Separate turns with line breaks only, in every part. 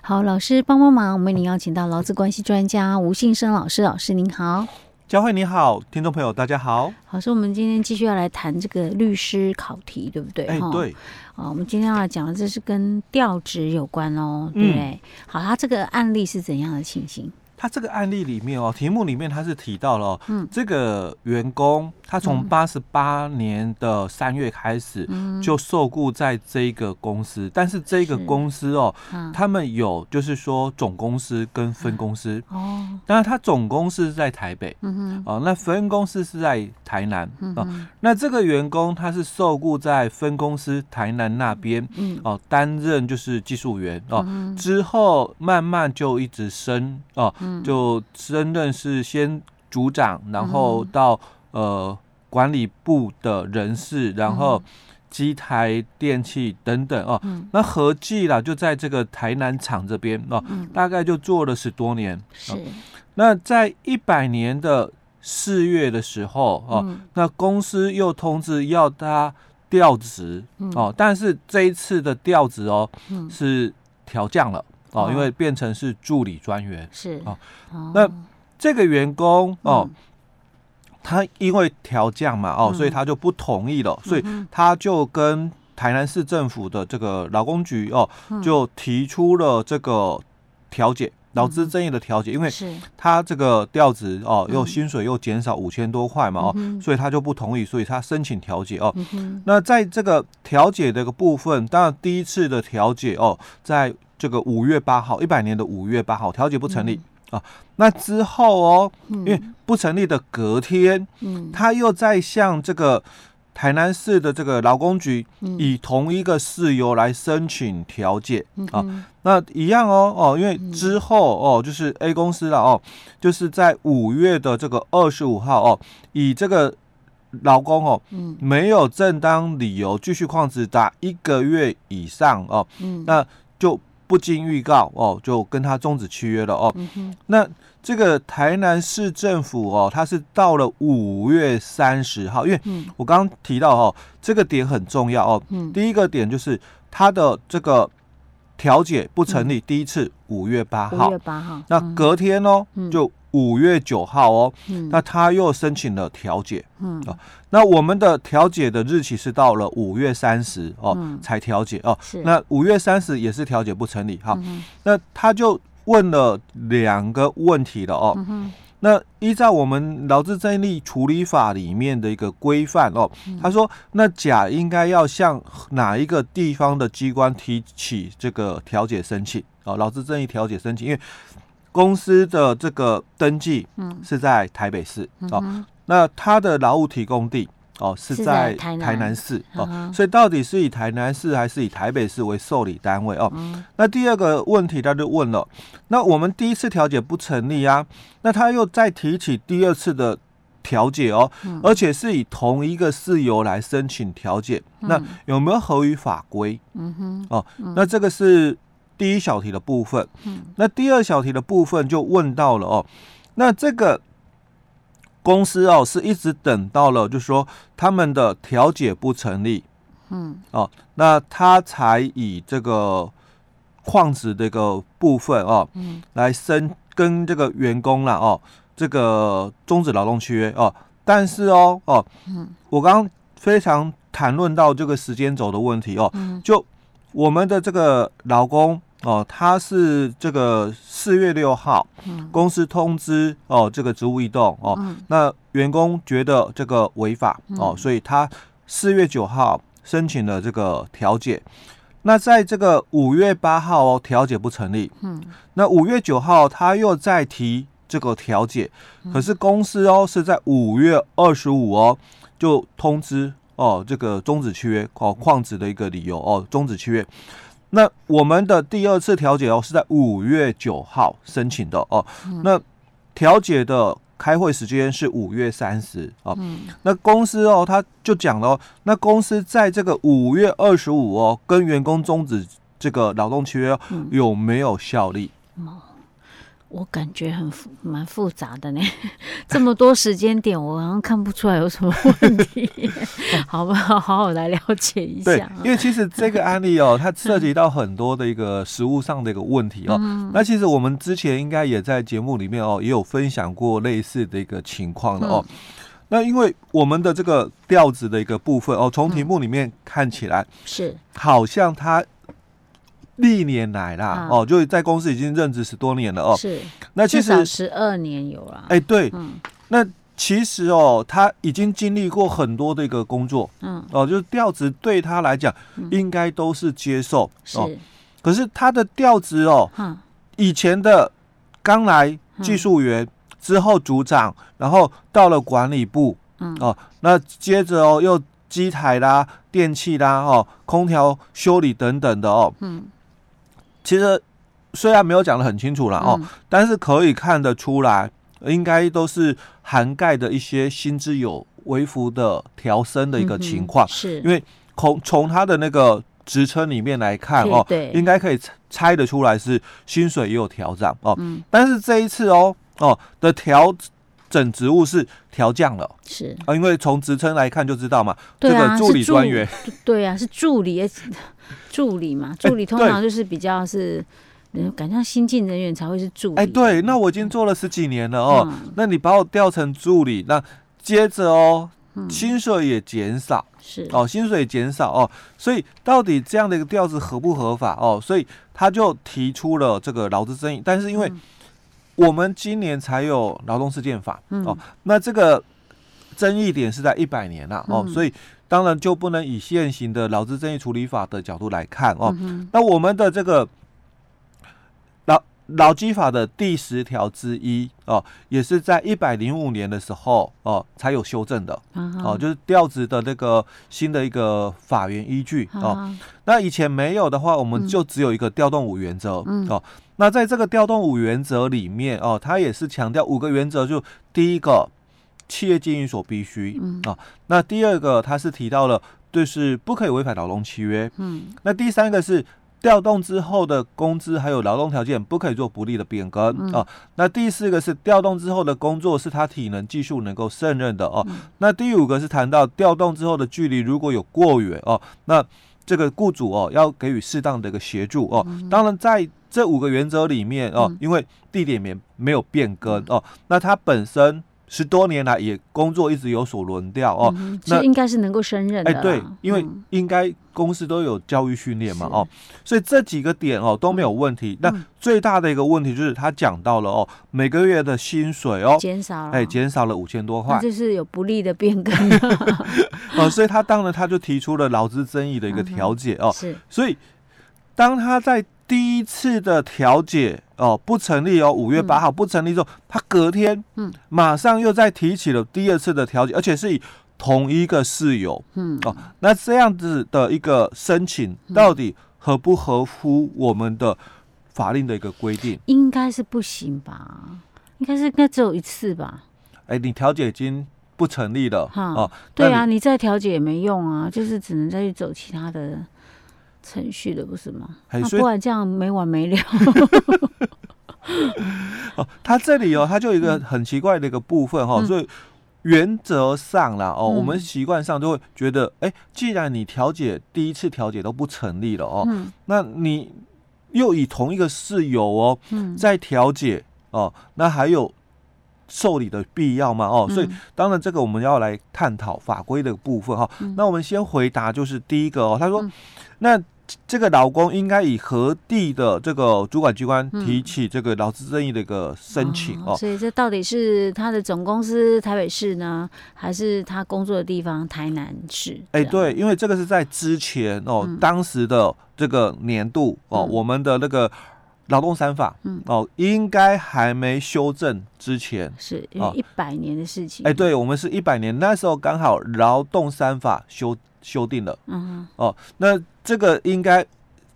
好，老师帮帮忙，我们已经邀请到劳资关系专家吴信生老师，老师您好。
佳慧你好，听众朋友大家好。
老师，我们今天继续要来谈这个律师考题，对不对？
哎、
哈
对，
啊，我们今天要来讲的这是跟调职有关哦，
嗯
对不对？好，他这个案例是怎样的情形？
他这个案例里面哦，题目里面他是提到了、哦，
嗯
这个员工他从八十八年的三月开始
嗯
就受雇在这个公司，但是这个
是
公司哦，
啊，
他们有就是说总公司跟分公司，
哦，
当然他总公司是在台北。
嗯哼，
哦，那分公司是在台南
嗯
哦，
哼，
那这个员工他是受雇在分公司台南那边
嗯，
哦，担任就是技术员哦，
嗯
之后慢慢就一直升哦，
嗯
就升任是先组长，然后到、呃管理部的人事，然后机台电器等等哦。
嗯
那合计啦，就在这个台南厂这边哦，
嗯，
大概就做了十多年。
是
哦那在一百年的四月的时候哦，
嗯
那公司又通知要他调职
嗯
哦，但是这一次的调职哦，
嗯
是调降了哦
哦，
因为变成是助理专员。
是
哦
哦
那这个员工哦，
嗯
他因为调降嘛哦，
嗯
所以他就不同意了，所以
嗯
他就跟台南市政府的这个劳工局哦
嗯，
就提出了这个调解。劳资争议的调解，因为
是
他这个调职哦，
嗯
又薪水又减少五千多块嘛哦，
嗯哼
所以他就不同意，所以他申请调解哦。
嗯哼，
那在这个调解的一个部分，当然第一次的调解哦，在这个五月八号，一百年的五月八号调解不成立、
嗯
啊。那之后哦，
因
因为不成立的隔天，
嗯
他又在向这个台南市的这个劳工局
嗯
以同一个事由来申请调解。
嗯
啊
哼
那一样哦哦，因为之后哦，就是 A 公司了哦，就是在五月的这个二十五号哦，以这个劳工哦
嗯
没有正当理由继续旷职达一个月以上哦，
嗯
那就不经预告哦，就跟他终止契约了哦。
嗯哼
那这个台南市政府哦，它是到了五月三十号，因为
嗯
我刚刚提到哦，这个点很重要哦。
嗯
第一个点就是它的这个调解不成立，第一次五月八
嗯五
号
月，八号
那
嗯
隔天哦
嗯，
就五月九号哦，
嗯
那他又申请了调解。
嗯
哦那我们的调解的日期是到了五月三十哦、
嗯
才调解哦
是。
那五月三十也是调解不成立，好，
嗯哼
那他就问了两个问题了哦。
嗯哼
那依照我们劳资争议处理法里面的一个规范哦，
嗯
他说那甲应该要向哪一个地方的机关提起这个调解申请哦，劳资争议调解申请，因为公司的这个登记
嗯
是在台北市、哦，
嗯
那它的劳务提供地哦是
是在
在
台
台
南
南市
嗯
哦
哼，
所以到底是以台南市还是以台北市为受理单位哦？
嗯
那第二个问题他就问了，那我们第一次调解不成立啊，那他又再提起第二次的调解哦，
嗯
而且是以同一个事由来申请调解，那
嗯
有没有合于法规？
嗯哼
哦，那这个是第一小题的部分。
嗯
那第二小题的部分就问到了哦，那这个公司哦是一直等到了，就是说他们的调解不成立
嗯
哦，那他才以这个矿职的一个部分哦
嗯
来申跟这个员工啦哦这个终止劳动契约哦，但是哦哦，
嗯
我刚刚非常谈论到这个时间轴的问题哦，
嗯
就我们的这个劳工哦，他是这个四月六号
嗯
公司通知哦，这个职务异动哦，
嗯
那员工觉得这个违法哦
嗯，
所以他四月九号申请了这个调解。那在这个五月八号哦，调解不成立。
嗯
那五月九号他又再提这个调解，可是公司哦是在五月二十五哦就通知哦这个终止契约哦旷职的一个理由哦终止契约。那我们的第二次调解哦是在五月九号申请的哦，那调解的开会时间是五月三十哦。
嗯
那公司哦，他就讲了、哦，那公司在这个五月二十五哦，跟员工终止这个劳动契约哦、有没有效力？
我感觉很复蛮复杂的呢， 这么多时间点，我好像看不出来有什么问 题，好不好？好好来了解一
对
下。，啊
因为其实这个案例 哦，它涉及到很多的一个实物上的一个问题哦。
嗯
那其实我们之前应该也在节目里面哦，也有分享过类似的一个情况的
嗯
哦。那因为我们的这个调子的一个部分哦，
嗯
从题目里面看起来，
是
好像他历年来啦、
啊
哦，就是在公司已经任职十多年了哦。
是，
那其
至
实
少十二年有了。
哎、对，
嗯
那其实哦，他已经经历过很多的一个工作
嗯，
哦，就是调职对他来讲应该都是接受、哦。
是
可是他的调职哦，
哈，
以前的刚来技术
嗯
员、之后组长，然后到了管理部，
嗯
哦，那接着哦又机台啦、电器啦、哦空调修理等等的哦，
嗯
其实虽然没有讲的很清楚啦哦，
嗯
但是可以看得出来，应该都是涵盖的一些薪资有微幅的调升的一个
嗯哼
情况。
是
因为从从他的那个职称里面来看哦，
对对
应该可以猜猜得出来是薪水也有调涨哦。
嗯
但是这一次哦哦的调整职务是调降了
是，
啊，因为从职称来看就知道嘛，
对
这
啊，
个
是
助理专员，
对啊，是助理，而且助理
哎
嘛，助理通
对
常就是比较是，嗯，感觉像新进人员才会是助理。
哎，对，那我已经做了十几年了哦，
嗯
那你把我调成助理，那接着哦。
嗯
薪水也减少
是
哦，薪水减少哦，所以到底这样的一个调子合不合法哦？所以他就提出了这个劳资争议，但是因为
嗯
我们今年才有劳动事件法、
嗯
哦，那这个争议点是在一百年啦、哦，
嗯
所以当然就不能以现行的劳资争议处理法的角度来看哦。
嗯哼
那我们的这个劳劳基法的第十条之一哦，也是在一百零五年的时候哦才有修正的
啊哈
哦，就是调职的那个新的一个法源依据
啊
哦。
哈
那以前没有的话，我们
嗯
就只有一个调动五原则、
嗯
哦。那在这个调动五原则里面哦，它也是强调五个原则，就第一个企业经营所必须
嗯
哦，那第二个它是提到了就是不可以违反劳动契约，
嗯
那第三个是。调动之后的工资还有劳动条件不可以做不利的变更、
嗯
哦。那第四个是调动之后的工作是他体能技术能够胜任的
嗯
哦。那第五个是谈到调动之后的距离如果有过远哦，那这个雇主哦要给予适当的一个协助哦。当然，在这五个原则里面哦，
嗯
因为地点也没有变更哦，那他本身十多年来也工作一直有所轮调哦，
嗯哼
那
所以应该是能够胜任的
哎，
啦。
对，因为
嗯
应该公司都有教育训练嘛，
是
哦，所以这几个点哦都没有问题。那
嗯
最大的一个问题就是他讲到了哦，每个月的薪水哦，
减少了，嗯
哎，减少了五千多块
那就是有不利的变更了
哦，所以他当然他就提出了劳资争议的一
嗯
个调解 哦，
是
所以当他在第一次的调解哦不成立哦，五月八号不成立之后，他隔天
嗯
马上又再提起了第二次的调解，而且是以同一个事由。
嗯
哦，那这样子的一个申请到底合不合乎我们的法令的一个规定？
应该是不行吧？应该是应该只有一次吧？
哎、你调解已经不成立了
哈
哦，
对
那
啊，
你，
你再调解也没用啊，就是只能再去走其他的程序了，不是吗？
哎
那
所以
不然这样没完没了。
哦，他这里哦，他就有一个很奇怪的一个部分哈、哦，
嗯
所以。原则上啦，哦，
嗯
我们习惯上就会觉得，哎、既然你调解第一次调解都不成立了哦，
嗯
那你又以同一个事由哦，
嗯，
再调解哦，那还有受理的必要吗？哦，所以
嗯
当然这个我们要来探讨法规的部分哈、
嗯
那我们先回答就是第一个哦，他说、
嗯
那这个劳工应该以核地的这个主管机关提起这个劳资争议的一个申请哦。
所以这到底是他的总公司台北市呢，还是他工作的地方台南市？这
哎、
样，
对，因为这个是在之前哦，
嗯
当时的这个年度哦，
嗯
我们的那个劳动三法、
嗯
哦，应该还没修正之前，
是因
哦
为一百年的事情。
哎、，对，我们是一百年，那时候刚好劳动三法修修订了
嗯
哦。那这个应该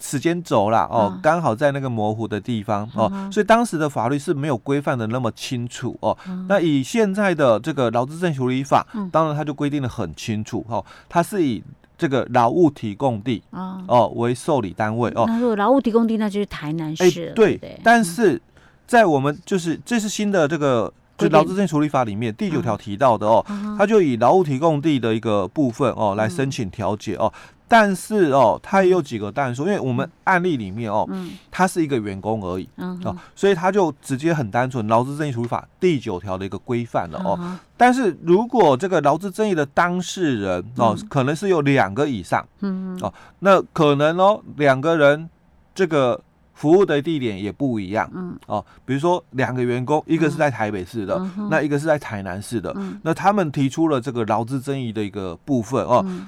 时间轴啦，哦
嗯，
刚、好在那个模糊的地方哦，
嗯哼
所以当时的法律是没有规范的那么清楚哦。
哼，
那以现在的这个劳资政处理法，
嗯
当然它就规定的很清楚哦，它是以这个劳务提供地
那啊，
哦为受理单位
嗯
哦，
那如果劳务提供地，那就是台南
哎、
市了，对嗯
对
不对，？
但是在我们就是这是新的这个就
规定嗯
劳资争议处理法里面第九条提到的哦，它就以劳务提供地的一个部分哦
嗯
来申请调解哦。但是哦，它也有几个但说，因为我们案例里面哦，
嗯
他是一个员工而已
嗯
哦，所以他就直接很单纯劳资争议处理法第九条的一个规范了哦。
哦，
但是如果这个劳资争议的当事人哦，可能是有两个以上，
嗯
哦那可能哦两个人这个服务的地点也不一样
嗯
哦。比如说两个员工，一个是在台北市的，
嗯
那一个是在台南市的，
嗯
那他们提出了这个劳资争议的一个部分哦，
嗯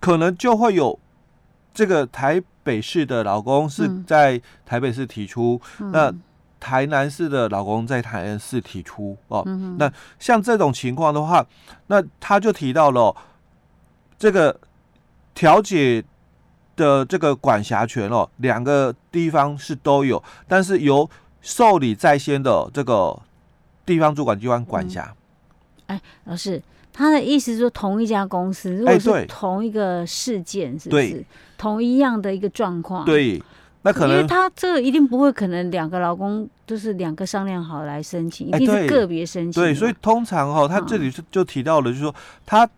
可能就会有这个台北市的老公是
嗯
在台北市提出，
嗯
哦那台南市的老公在台南市提出哦。
嗯
那像这种情况的话，那他就提到了哦、这个调解的这个管辖权哦，两个地方是都有，但是由受理在先的这个地方主管机关管辖。
老师，他的意思是说同一家公司，如果
哎对
是同一个事件，是不
对
是同一样的一个状况？，
对，那可
因为
能
他这个一定不会可能两个劳工就是两个商量好来申请，一
哎
定
对
是个别申请嘛。嗯
对，所以通常哈、哦，他这里就就提到了，就是说他。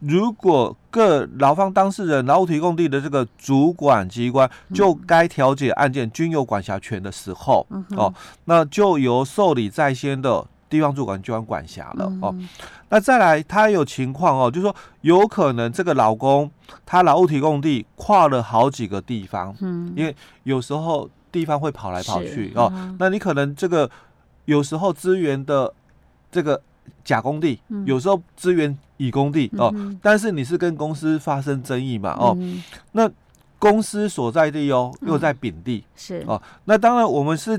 如果各劳方当事人、劳务提供地的这个主管机关就该调解案件均有管辖权的时候，
嗯哼
哦，那就由受理在先的地方主管机关管辖了、哦。
嗯
那再来，他有情况哦，就是说有可能这个老公他劳务提供地跨了好几个地方，
嗯
因为有时候地方会跑来跑
是
去哦。
嗯
那你可能这个有时候资源的这个甲工地，
嗯
有时候资源乙工地哦，
嗯
但是你是跟公司发生争议嘛
哼
哦，
嗯
公司所在地哦
嗯
又在丙地，
是
哦那当然，我们是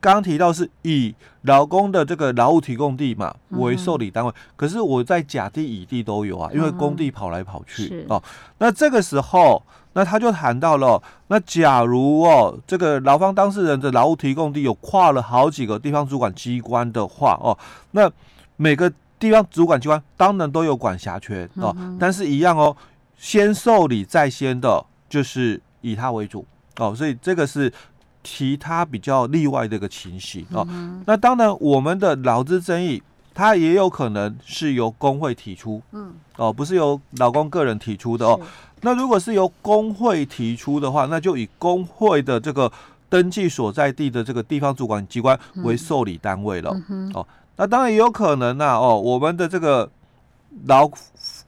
刚刚提到是以劳工的这个劳务提供地嘛
嗯哼
为受理单位，可是我在甲地、乙地都有啊，因为
嗯哼
工地跑来跑去
是
哦。那这个时候，那他就谈到了哦，那假如哦，这个劳方当事人的劳务提供地有跨了好几个地方主管机关的话哦，那每个地方主管机关当然都有管辖权哦，但是一样哦，先受理在先的，就是以他为主哦，所以这个是其他比较例外的一个情形哦。那当然，我们的劳资争议，它也有可能是由工会提出
嗯
哦，不是由劳工个人提出的哦。那如果是由工会提出的话，那就以工会的这个登记所在地的这个地方主管机关为受理单位了。
嗯哼
那当然也有可能呐、哦，我们的这个劳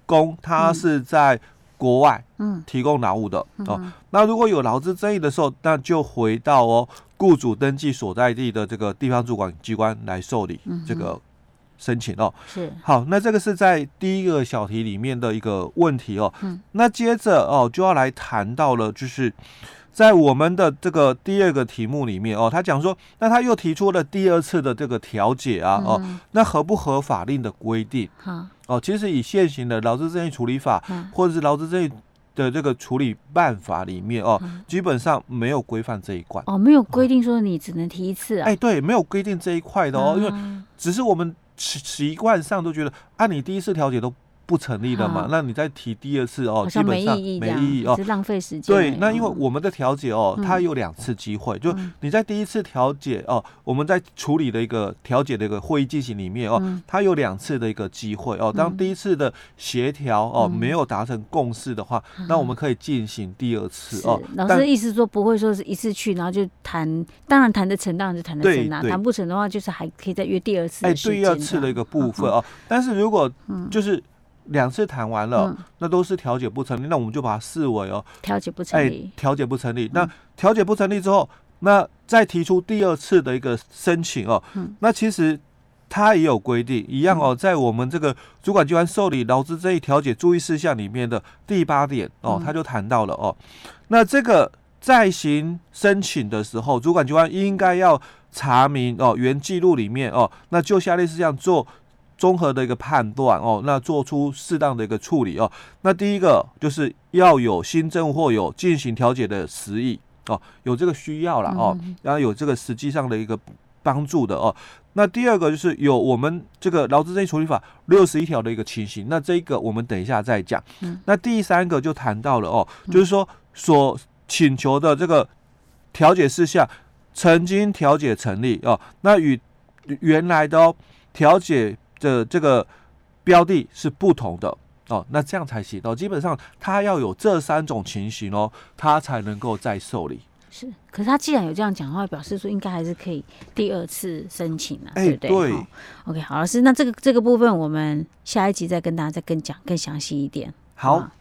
工他是在国外
嗯
提供劳务的、哦。
嗯
那如果有劳资争议的时候，那就回到哦雇主登记所在地的这个地方主管机关来受理
嗯哼
这个申请哦。
是
好，那这个是在第一个小题里面的一个问题哦。
嗯
那接着哦就要来谈到了，就是在我们的这个第二个题目里面哦，他讲说，那他又提出了第二次的这个调解啊哦，
嗯
那合不合法令的规定
好
哦？其实以现行的劳资争议处理法
嗯
或者是劳资争议的这个处理办法里面哦，基本上没有规范这一块。
嗯哦，没有规定说你只能提一次啊。
哎，对，没有规定这一块的哦，因为
啊
只是我们习习惯上都觉得，啊，你第一次调解都不成立了嘛
好，
那你再提第二次哦，
好
基
像
本
没
上
意义这
没
样，
意义哦
只。是浪费时间而已。
对，那因为
嗯
我们的调解哦，它
嗯
有两次机会，就
嗯
你在第一次调解哦，我们在处理的一个调解的一个会议进行里面哦，
嗯
它有两次的一个机会哦。当
嗯
第一次的协调哦
嗯
没有达成共识的话，那我们可以进行第二次
是
哦。
老师
但
的意思说不会说是一次去，然后就谈，当然谈得成，当然就谈得成啦、啊
对对
谈不成的话，就是还可以再约第二次
哎，
的时间
第
这样。
二次的一个部
嗯
分哦，但是如果就是两次谈完了，
嗯
那都是调解不成立，那我们就把它视为哦，
调解不成
哎
立，，嗯
调解不成立。那调解不成立之后，那再提出第二次的一个申请哦，
嗯
那其实。它也有规定，一样哦，在我们这个主管机关受理劳资争议调解注意事项里面的第八点哦，
嗯
他就谈到了哦，那这个在行申请的时候，主管机关应该要查明哦，原记录里面哦，那就下列事项做综合的一个判断哦，那做出适当的一个处理哦。那第一个就是要有新政或有进行调解的实意哦，有这个需要啦哦，然后有这个实际上的一个帮助的哦。那第二个就是有我们这个劳资争议处理法六十一条的一个情形，那这个我们等一下再讲。
嗯
那第三个就谈到了哦，就是说所请求的这个调解事项，曾经调解成立哦，那与原来的、哦、调解的这个标的是不同的哦，那这样才行哦。基本上他要有这三种情形哦，他才能够再受理。
是，可是他既然有这样讲话，表示说应该还是可以第二次申请啊，
哎
对不对？
对
哦 OK，好，老师，那这个这个部分我们下一集再跟大家再更讲更详细一点。嗯
好
吧，